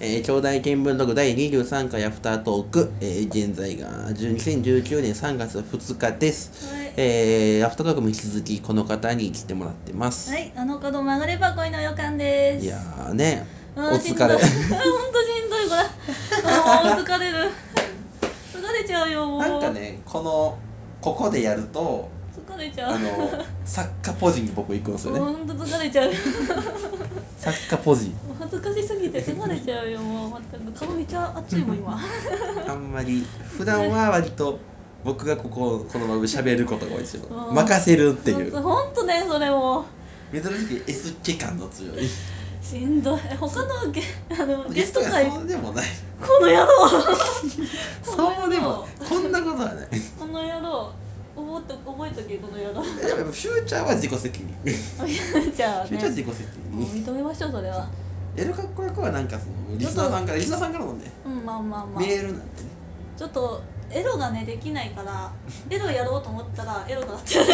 えー、兄弟見聞録第23回アフタートーク、えー、現在が2019年3月2日です、はいえー、アフタートークも引き続きこの方に来てもらってます、はい、あの子の曲がれば恋の予感です。いやーねおあーしん疲どいれ本当しんどい、これ。あー疲れる。疲れちゃうよ、もう。なんかねこのここでやると疲れちゃあう。 の作家ポジに僕行くんですよね本当疲れちゃう。作家ポジもう恥ずかしすぎて疲れちゃうよ、もう。全く顔めっちゃ熱いもん、今。あんまり普段は割と僕がこここのまま喋ることが多いですようん任せるっていう本当ね、それも。珍しく S 気感の強いうしんどい。他のゲあのゲストい会、やこそうでもないの野郎。 そうでもこんなこと はないこの野郎。覚えと覚えとけ、この野郎。でもやっぱフューチャーは自己責任、 じゃあフューチャーは自ね。己責もう任認めましょう、それは。やるかっこよくはなんかそのリスナーさんからリスナーさんからのね、うん、まあまあまあ。メールなんてねちょっとエロがねできないからエロやろうと思ったらエロになって エロ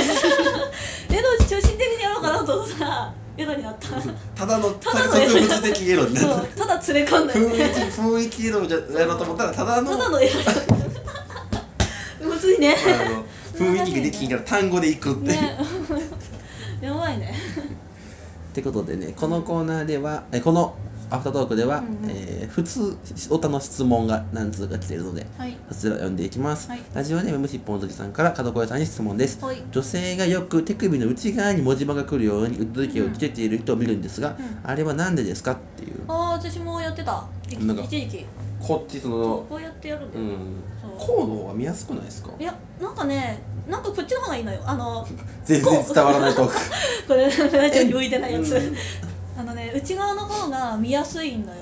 中心的にやろうかなと思ったらエロになったそうただのただのエロ植物的エロになったただ連れ込んだよ雰囲気ね雰囲気エロじゃやろうと思ったらただのただのエロ むずいねあの雰囲気ができひんから単語でいくっていう、ね やばいねってことでねこのコーナーではえこのアフタートークでは、うんうんえー普通おたの質問が何通か来ているのではいそちらを読んでいきます、はいラジオネームむしっぽのときさんから角小屋さんに質問です、はい女性がよく手首の内側に文字盤が来るように腕時計をつけている人を見るんですが、あれは何でですかっていうああ私もやってた一なんか一時期こっちそこのうやってやるんだうよ、んそうコードが見やすくないですかいやなんかねなんかこっちの方がいいのよあの全然伝わらないトークこれラジオに向いてないやつ、うんあのね内側の方が見やすいんだよ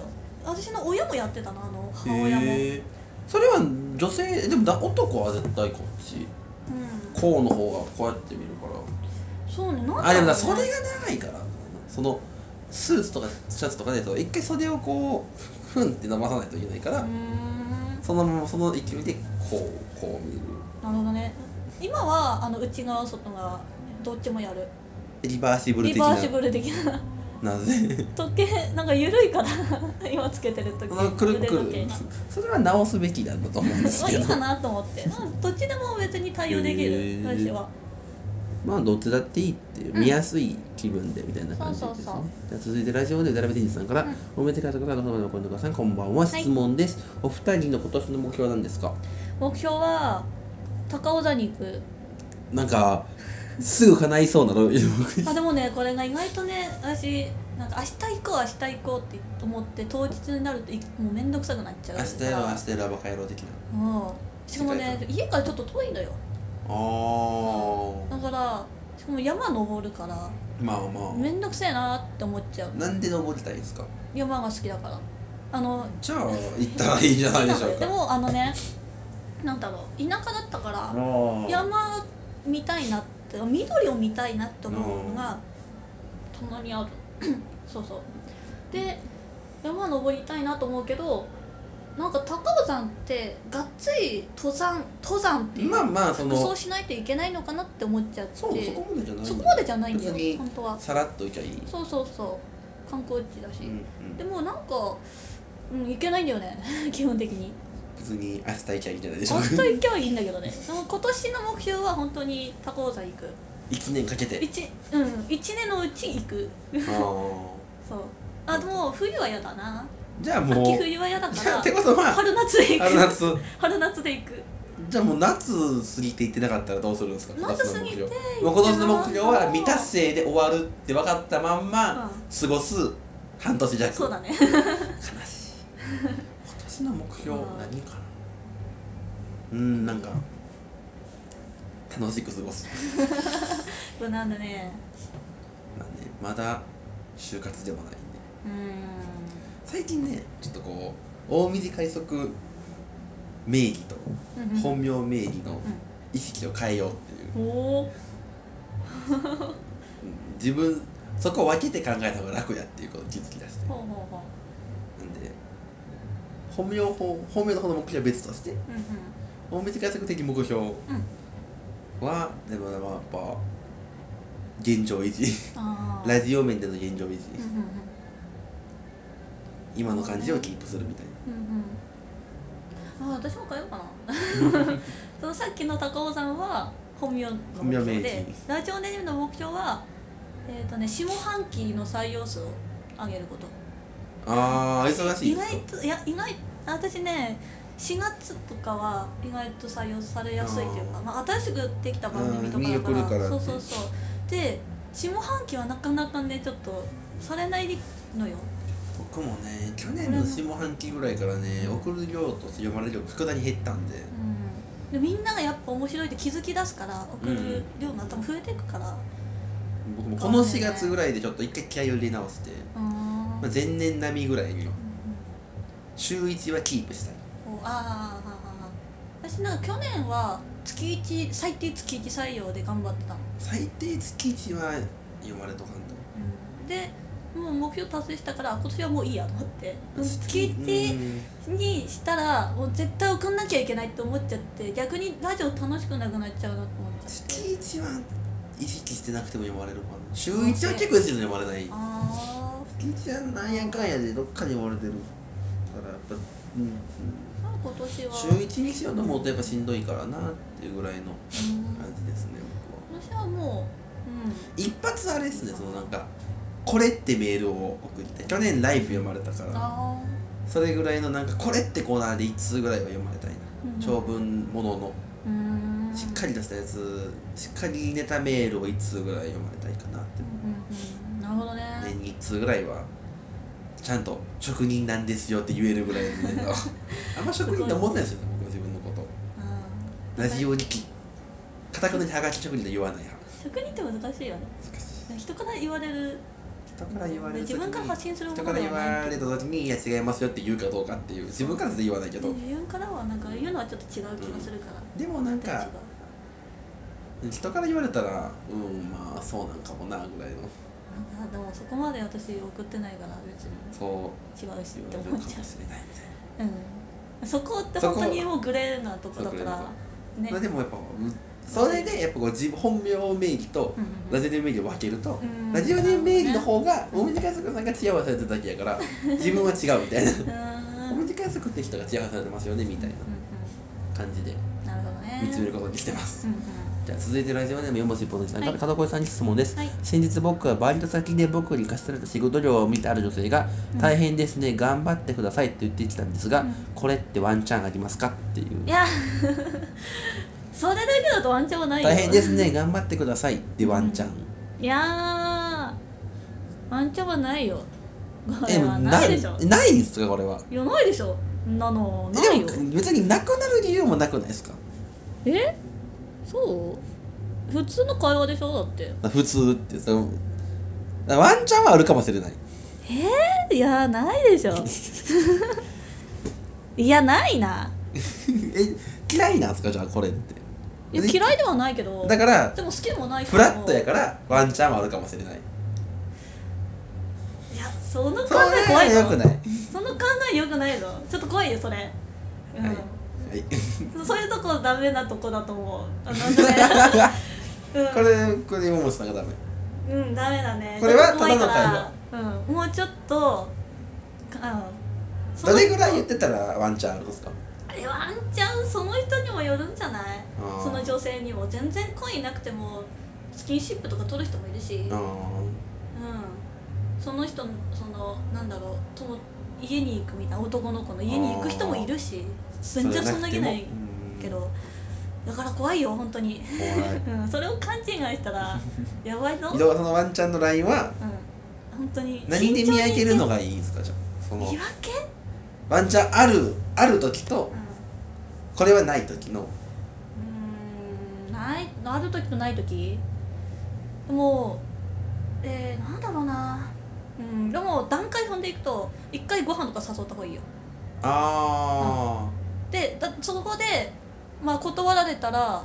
私の親もやってたなあの母親も、へーそれは女性でもだ男は絶対こっちうんこうの方がこうやって見るからそうねなんだろうねあでもなそれが長いからそのスーツとかシャツとかでそう一回袖をこうふんって伸ばさないといけないかうら、ーんなるそのままその勢いでこうこう見るほどね今はあの内側外側どっちもやるリバーシブルリ的バなーシブル的な なぜ時計なんか緩いから 今つけてる時そのくるくる腕時計がそれは直すべきなんだと思うんですまあけいいどかなと思ってうんどっちでも別に対応できへるー私はまあどっちだっていいっていう、うん見やすい気分でみたいな感じですねそうそうそうじゃあ続いてラジオでダラベテンジさんから、うんおめでたいところののこんにちさんこんばんははい質問です、お二人の今年の目標は何ですか目標は高尾山に行くなんかすぐ叶いそうなの あでもねこれが意外とね私なんか明日行こう明日行こうって思って当日になるといもう面倒くさくなっちゃう明日やろう明日やろうバカ野郎的なうんしかもね家からちょっと遠いのよあーだからしかも山登るからまあまあ面倒くせえなって思っちゃうなんで登りたいんですか山が好きだからあのじゃあ行ったらいいじゃないでしょうでかもあのねなんだろう田舎だったからあー山見たいなって緑を見たいなって思うのがたまにある そうそうで山登りたいなと思うけどなんか高尾山ってがっつり登山登山っていうまあまあそ服の装しないといけないのかなって思っちゃってそうそこまでじゃないそこまでじゃないんだ別によ本当はさらっと行きゃいい、そうそうそう観光地だし、うんうんでもなんか、うん、いけないんだよね 基本的に別に明日行きゃいいじゃないでしょう本か当行けばいいんだけどねでも今年の目標は本当に高尾山行く1年かけて一うん一年のうち行くあーそうあでも冬は嫌だなじゃあもう秋冬は嫌だ かじゃあらってことは春夏であの行く夏 春夏で行くじゃあもう夏過ぎて行ってなかったらどうするんですか夏過ぎて今年の目標は未達成で終わるって分かったまんま過ごす半年弱そうだね 悲しい今年の目標何かなうんなんか楽しく過ごす、そうなんだねまあね、まだ就活でもないんでうーん最近ねちょっとこう大水快速名義とうんうん本名名義の意識を変えようっていう、おうーん自分そこを分けて考えた方が楽やっていうことに気づきだしてほうほうほなんで本名法本名の方の目標は別としてううん大水快速的目標うんうんはでもでもやっぱ現状維持あーラジオ面での現状維持うんうんうん今の感じをキープするみたいうんうん、あ私も変えよ うかなそのさっきの高尾さんは本名の本名目標名で義ラジオネームの目標は、えーとね、下半期の採用数を上げることなああ忙しい意で外すといや意外私ね4月とかは意外と採用されやすいというあかーまあ、新しくできた番組とかだかうん見ら送るからそうそうそうで下半期はなかなかねちょっとされないのよ僕もね去年の下半期ぐらいからね送る量と読まれる量格段に減ったんでうんでみんながやっぱ面白いって気づき出すから送る量が多分増えていくから、僕もこの4月ぐらいでちょっと一回気合を入れ直して、あまあ、前年並みぐらいに週1はキープしたいああー私なんか去年は月1最低月1採用で頑張ってたの、最低月1は読まれとかんとでもう目標達成したから今年はもういいやと思って月う1んにしたらもう絶対送んなきゃいけないって思っちゃって逆にラジオ楽しくなくなっちゃうなと思っちゃって月1は意識してなくても読まれるかな週1は結構意識して読まれないあ月1はなんやかんやでどっかに読まれてるからやっぱうんうんあなんか今年は週1に読んでもとやっぱしんどいからなっていうぐらいのうん感じですね僕は私はもう、うん、一発あれですねそのなんかこれってメールを送って去年ライブ読まれたからあそれぐらいのなんかこれってコーナーで1通ぐらいは読まれたいな、うん長文もののーうんしっかり出したやつしっかりネタメールを1通ぐらい読まれたいかなってうんうんうんなるほどね年に1通ぐらいはちゃんと職人なんですよって言えるぐ らいのネタをあんま職人って思ってないですよね僕は自分のことうラんジオ力かたくなにハガキ職人と言わない派職人って難しいよね難しい人から言われる人から言われる時に自分から発信するもの人でかはらない言われた時にいや違いますよって言うかどうかっていう自分からは言わないけど、自分からはなんか言うのはちょっと違う気がするから、でもなん絶対違か人から言われたらうんまあそうなんかもなぐらいのうあでもそこまで私送ってないから別にそう違うしっ言われるてかも思っしちゃれないみたいなう、うん、そこって本当にもうグレーなとこだかそこらはねまあでもやっぱうんそれでやっぱこう自分本名名義とうんうんうんラジオネーム名義を分けると、うんラジオネーム名義の方が大水和子さんがチヤホヤされてるだけやから自分は違うみたいなうー大んうんうん水和子って人がチヤホヤされてますよねみたいな感じでなるほどね見つめることにしてますうんうんじゃあ続いてラジオネーム4本のさんかはらい片越さんに質問です、はい先日僕はバイト先で僕に課せられた仕事量を見てある女性がう「ん大変ですね、頑張ってください」って言ってきたんですが、うんこれってワンチャンありますかっていういやそれだけだとワンチャンはないよ大変ですね頑張ってくださいってワンチャン、いやーワンチャンはないよこえれはないでしょないないんですかこれはいやないでしょそんなのでないよも別になくなる理由もなくないですかえそう普通の会話でしょだって普通ってそのワンチャンはあるかもしれないえいやないでしょいやないな え嫌いなんですかじゃあこれっていやで嫌いではないけどだからでも好きでもないけフどラットやからワンチャンはあるかもしれないいやその考それえ怖いぞはよくない、はいその考えよくないぞちょっと怖いよそれ、うんはいそういうとこダメなとこだと思うあのうん これこれもさんがダメうんダメだねこれはちょっと怖いかただらうん、もうちょっとかうんそどのれぐらい言ってたらワンチャンあるんですかえワンチャンその人にもよるんじゃないあーその女性にも全然恋いなくてもスキンシップとか取る人もいるしうんその人のそのなんだろうとも家に行くみたいな男の子の家に行く人もいるし全然そんな気ないけどだから怖いよ本当に、怖 いうん、それを勘違いし たらやばいぞ、う移ん、動そのワンチャンのラインは本当に何で見分けるのががいいんですかじゃあその見分け、ワンチャンあるある時とうんこれはない時のうーんないある時とない時もうえー、なんだろうなうんでも段階踏んでいくと一回ご飯とか誘った方がいいよあでだそこでまあ断られたら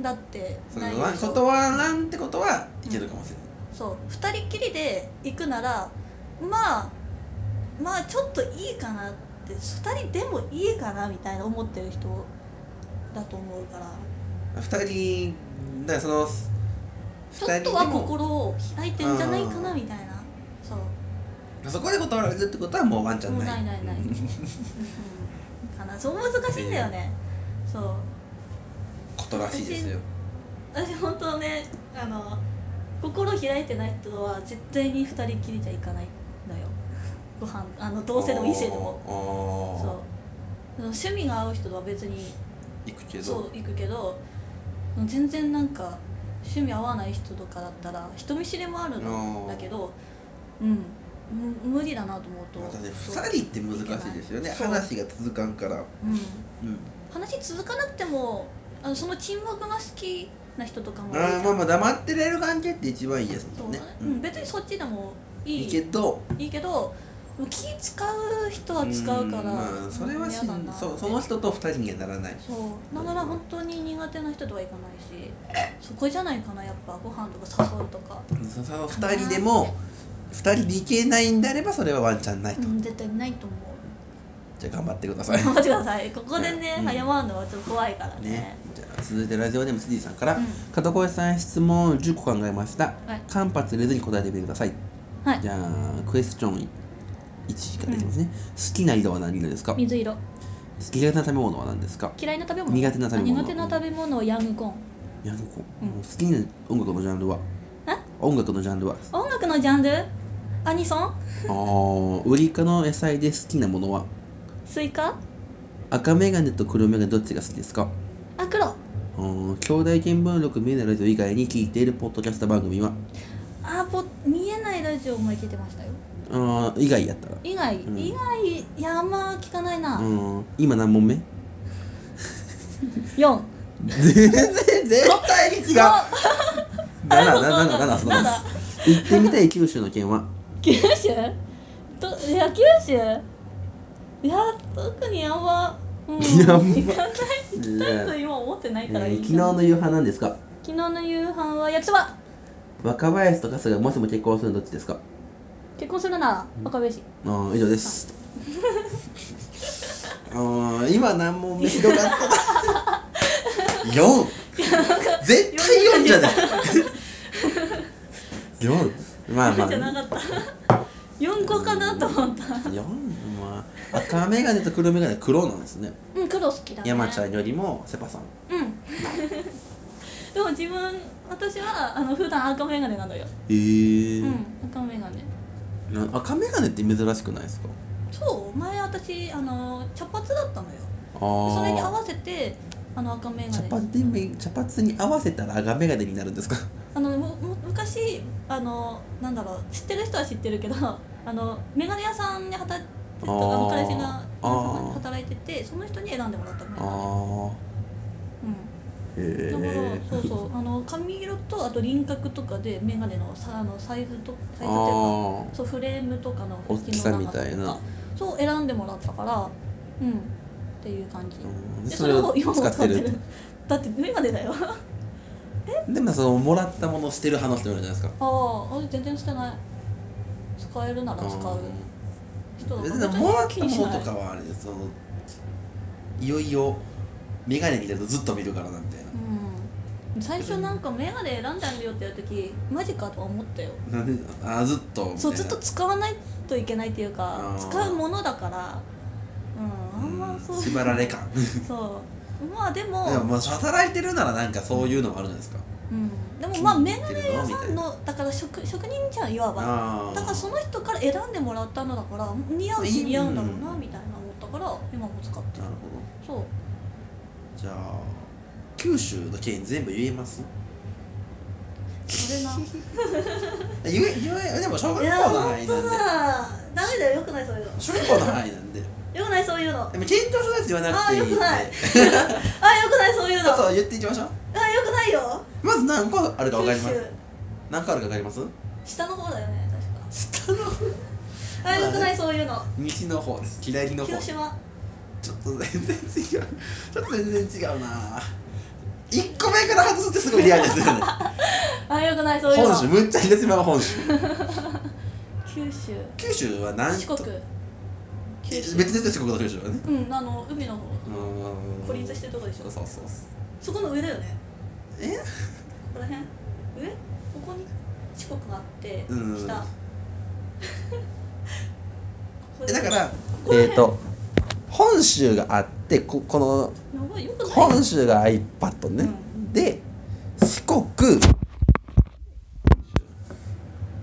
だってあそないのワンでしょ断らんってことはいけるかもしれないそう2人きりで行くならまあまあちょっといいかなって2人でもいいかなみたいな思ってる人だと思うから二人だからそのちょっとは心を開いてんじゃないかなみたいなそうそこで断られるってことはもうワンちゃんないもうないないないうんかなそう難しいんだよね、そうことらしいですよ私本当ねあの心開いてない人は絶対に二人きりじゃ行かないのよご飯あの同性でも異性でもそうも趣味が合う人とは別に行くけそうど行くけど全然なんか趣味合わない人とかだったら人見知りもあるんだけどうんむ無理だなと思うとまたねそう2人って難しいですよねそう話が続かんからうん、うん話続かなくてもあのその沈黙が好きな人とかもいるじゃあんーまあまあ黙ってれる関係って一番いいですそもうんねだねうん、別にそっちでもいいいいけどいいけどもう気使う人は使うからんまあそれはし嫌だなそうその人と2人にはならないそうだから本当に苦手な人とは行かないしそこじゃないかなやっぱご飯とか誘うとか、そその2人でも2人で行けないんであればそれはワンちゃんないと、うん、絶対ないと思うじゃあ頑張ってください頑張ってくださいここでね、うん謝るのはちょっと怖いからねね、じゃあ続いてラジオネームスディさんから、うん片越さん質問を10個考えました、はい間髪入れずに答えてみてくださいはいじゃあクエスチョン1からいきますね、好きな色は何色ですか好水色きな食べ物は何ですか嫌いな食べ物苦手な食べ物あ苦手な食べ物はヤングコーンいやどこ、うん好きな音楽のジャンルはえ音楽のジャンルは音楽のジャンルアニソンあーウリ科の野菜で好きなものはスイカ赤眼鏡と黒眼鏡どっちが好きですかあ黒あー兄弟見聞録見えないラジオ以外に聞いているポッドキャスト番組はあぽ見えないラジオも聞いてましたよあー以外やったら以外、ん以外いやあんま聞かないな、うん今何問目四。全然絶対に違う七七七七そう七です行ってみたい九州の県は九州といや九州いや特にあんま、うん、いやあんま行かないいちょやっと今思ってなえいからいいー昨け日ど、の夕飯なんですか昨日の夕飯は焼きそば若林と春日もしも結婚するのどっちですか結婚するな若林あー以上ですあー今何問目ひどかった四絶対四じゃない四まあまじゃあなかった四個かなと思った四まあ赤眼鏡と黒眼鏡黒なんですねうん黒好きだね山ちゃんよりもセパさんうん でも自分私はあの普段赤眼鏡なのよ、へえーうん赤眼鏡な赤眼鏡って珍しくないですかそう前私あの茶髪だったのよあそれに合あわせてあの赤眼茶鏡髪に茶髪に合わせたら赤眼鏡になるんですかあのむむ昔あのなんだろう知ってる人は知ってるけど あの眼鏡屋さんに働いてたあのあー彼氏があー働いててその人に選んでもらったのああへうえん、だからそうそうあの髪色とあと輪郭とかで眼鏡のさあのサイズとサイズっていうかああそうフレームとかの大きさみたい縁のな長さとかそう選んでもらったからうんっていう感じ、うんでそれを今も使ってるだって眼鏡だよあでもそのもらったものを捨てる派の人いるじゃないですかああ全然してない使えるなら使う人うんだ別かにらもらっ気たにしもなのいとかはあれですそのいよいよ眼鏡に入れるとずっと見るからなみたいなうん最初なんか眼鏡選んであげようってやる時マジかとは思ったよなんであーずっとみたいなそうずっと使わないといけないっていうかあー使うものだからうんあんまそううん縛られ感で そうまあでももまあ働いてるならなんかそういうのもあるじゃないですかうん、でもまあ眼鏡屋みさたいんなのだから職職人じゃんいわばああだからその人から選んでもらったのだから似合ういいし似合うんだろうなうんみたいな思ったから今も使ってるなるほどそうじゃあ九州の県全部言えます それな言え言えでも小学いや校の範本囲なん当でだダメだよよくないそういうの小学校の範囲なんでよくないそういうのあでも検討書のやつ言わなくていいんであーよく ないちあよくないそういうのょっあと言っていきましょうよくないよまず何個あるか分かりま九す何個あるか分かります州下の方だよね確かあよくないそういうの西の方です左の方広島ちょっと 全然違うちょっと全然違うな一個目から外すってすごいリアルですよ ねあよくないそういう本州のむっちゃ広島は本州九州九州は何四国九別州ですよ四国と九州はねうんあの海の方うーん孤立してるとこでしそょうそうそうそこの上だよねえここら辺上ここに四国があってうん下えだからごめんえっ、と本州があってここのやばいよくない本州が iPad ね、で四国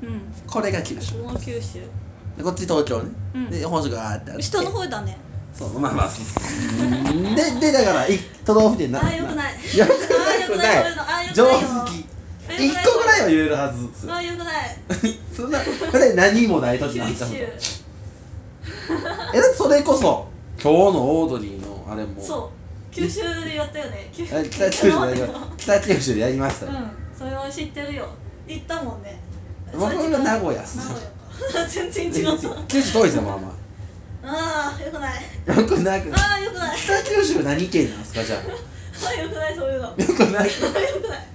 うんこれが九州この九州でこっち東京ね、うんで本州があってあって下の方だねそうまあまあそうででだからい都道府県なあーよくないいやよあーよくくなないこいういうのあーよく常ないよ識あー一よくない個ぐらいは言えるはずですよあーよくないそんなそれ何もない時九なんだもん州えだってそれこそ今日のオードリーのあれもそう九州でやったよね九え州北九州でやでりやまっ北九州でやりましたたよ、うんそれは知ってるよ行ったもんね僕それが名古屋っす名古屋か 全然違った九州遠いですよまあまああよくないあよくなくああよくない北九州何県なんですかじゃああーよくないそういうのあよくないーよくない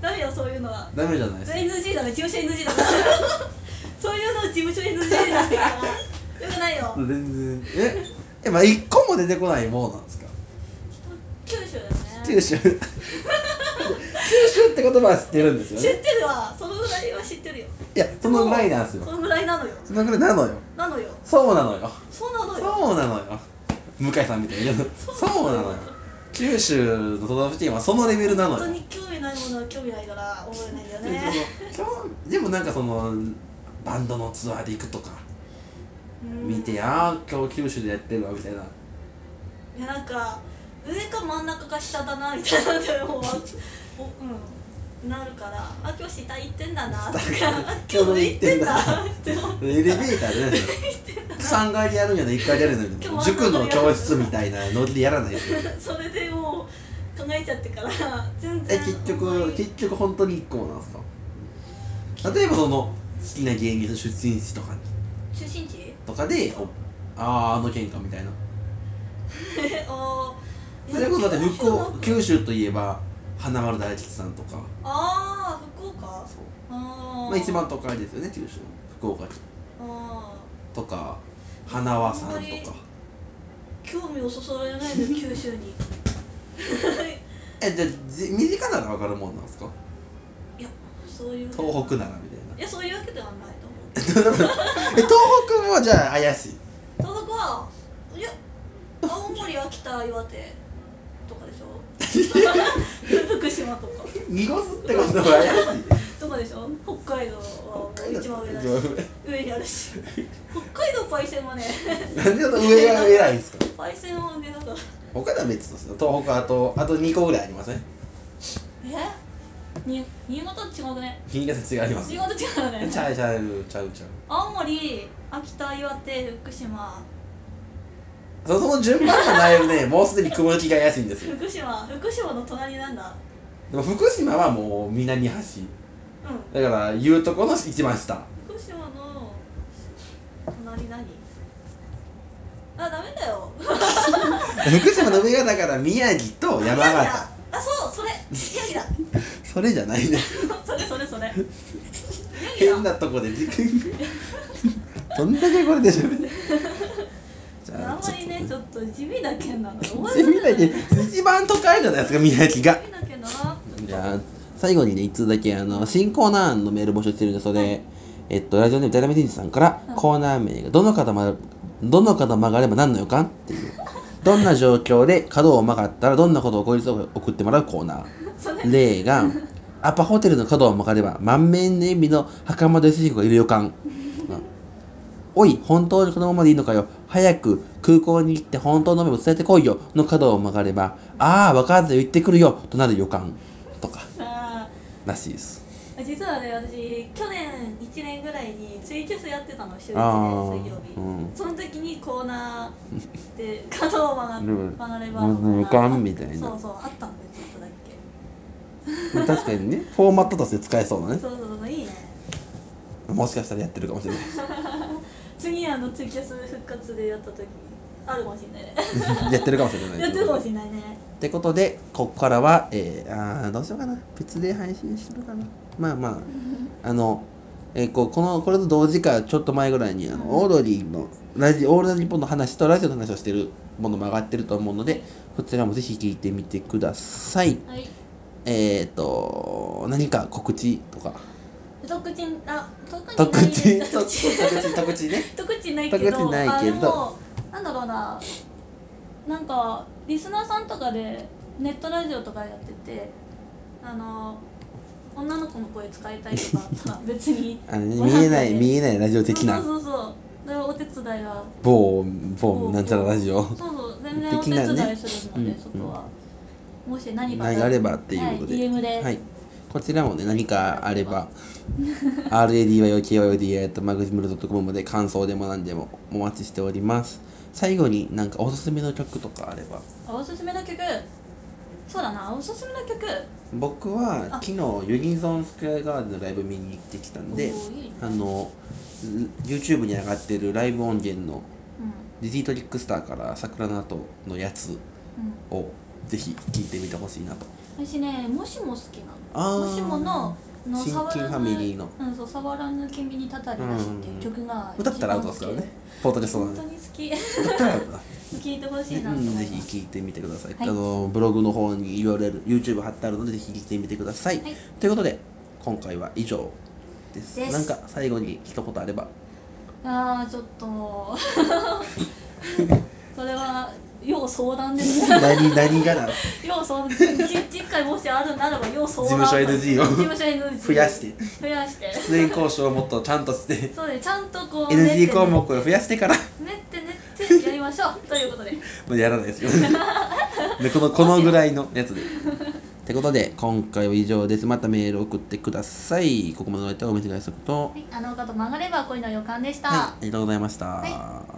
ダメよそういうのはダメじゃないですか NG だね 事務所 NG だからそういうの事務所 NG になってるからよくないよ全然ええまあ一個も出てこないものなんですか九州だよ九ね州 九州って言葉は知ってるんですよ知ねってるわそのぐらいは知ってるよいやそのぐらいなんですよそのぐらいなのよそのぐらいなのよなのよそうなのよそうなのよそうなのよ向井さんみたいなそうなのよ九州の都道府県はそのレベルなの本よ当に興味ないものは興味ないから覚えないんだよねそのでもなんかそのバンドのツアーで行くとかうん見てや今日九州でやってるわみたいないやなんか上か真ん中か下だなみたいなでもうわおうんなるからあ今日下行ってんだなとかあ今日上行ってんだって思ってエレベーターでね3階でやるんやな1階でやるんや今日なは塾の教室みたいなノリでやらない ですよそれでもう考えちゃってから全え然結あんま局り結局本当に1個なんですか例えばその好きな芸人の出身地とかに出身地とかでおあああの県かみたいなえあーそれこそだってい福や岡九州といえば花丸大吉さんとかああ福岡そうあまーあ一番都会ですよね九州の福岡あとか花輪さんとあんまりかー興味をそそられないで九州 にえじゃあじ身近なら分かるもんなんですかいやそういう東北ならみたいないやそういうわけではないと思うえ東北もじゃあ怪しい東北はいや青森秋田岩手とかでしょ 福島とか濁すってことは怪しいとかでしょ北海道は北海道一番上だし一番上にあるし北海道パイセンはね上なんでその上が偉いんですかパイセンはねなんか他は別ですよ東北あとあと2個ぐらいありませんえに新潟と違うね新潟違います新潟違うよちゃねうちゃうちゃうちゃう青森秋田岩手福島そのその順番がないよねもうすでに雲行きが怪しいんですよ福島福島の隣なんだでも福島はもう南端うだから言うとこの一番下ん福島の隣何あダメだよ福島の上がだから宮城と山宮城形だあそうそれ宮城だ それじゃないねそれそれそれ宮変城だなとこで時間がどんだけこれでしょじあゃんあまちょっりねちょっと地味な県なの地と見ないで一番都会じゃないですか宮城が地味な県だなじゃあ最後にね一通だけあの新コーナーのメール募集してるんですので、えっとラジオネームダイナメティンジさんから、コーナー名がどの角曲がるどの角曲がれば何の予感っていうどんな状況で角を曲がったらどんなことを起こりそうか送ってもらうコーナーそれ例がアパホテルの角を曲がれば満面の笑みの袴田義彦がいる予感おい本当にこのままでいいのかよ早く空港に行って本当の目を伝えてこいよの角を曲がればああ分かったよ行ってくるよとなる予感とかあらしいですー実はね私去年1年ぐらいにツイキャスやってたの週1で水あー曜日、うんその時にコーナーで角を曲がっでも曲がればうん浮かんみたいなそうそうあったんでちょっとだけ確かにねフォーマットとして使えそうなねそうそうそういいねもしかしたらやってるかもしれない次あのツイキャス復活でやった時にあるかもしれないね やってるかもしれないやってるかもしれないねってことでここからは、えー、あーどうしようかな別で配信するかなまあまああの、えーこうこのこれと同時かちょっと前ぐらいにあの、オードリーのラジオールナイトニッポンの話とラジオの話をしてるものも上がってると思うのでそちらもぜひ聞いてみてくださいはいえっ、ー、と何か告知とか特人あ 特に特地ない特地特地特地ね特地ないけど特地ないけどあでもなんだろうななんかリスナーさんとかでネットラジオとかやっててあの女の子の声使いたいとかあっ たら別にあのね見えない見ええないラジオ的なそうそうそうでお手伝いは某某なんちゃらラジオそうそう全然お手伝いするので、的なねそこは、もし何か何があればっていうことで、はい DM で、はいこちらもね何かあれ ば RADYOKYOD.magazine.com まで感想でも何でもお待ちしております最後になんかおすすめの曲とかあればあおすすめの曲そうだなおすすめの曲僕は昨日ユニゾンスクエアガーデンのライブ見に行ってきたんでおーいいねあの YouTube に上がってるライブ音源のうディジートリックスターから桜の後のやつんうんをぜひ聴いてみてほしいなと私ねもしも好きなあのーもしものの新触金らフぬァミリーのうんそう触らぬ君にたたりなしっていう曲が歌ったらアウトですからねポートで一そう番好き本なんで歌当に好きったらアウトだ聞いてほしいなうとん、思ぜいます、ひ聞いてみてください、はいあのブログの方に URL YouTube 貼ってあるのでぜひ聞いてみてください、はいということで今回は以上ですですなんか最後に一言あればああちょっ とそれは要相談です何何がな要相談じ次回もしあるならば要相談事務所 NG を事務所 NG 増やして増やして出演交渉をもっとちゃんとしてそうねちゃんとこう NG 項目を増やしてから練ってねってやりましょうということでもうやらないですよでこのこのぐらいのやつでってことで今回は以上ですまたメール送ってくださいここまでのお相手はお店がやすことはい、あの方曲がれば恋の予感でした。はい、ありがとうございました、は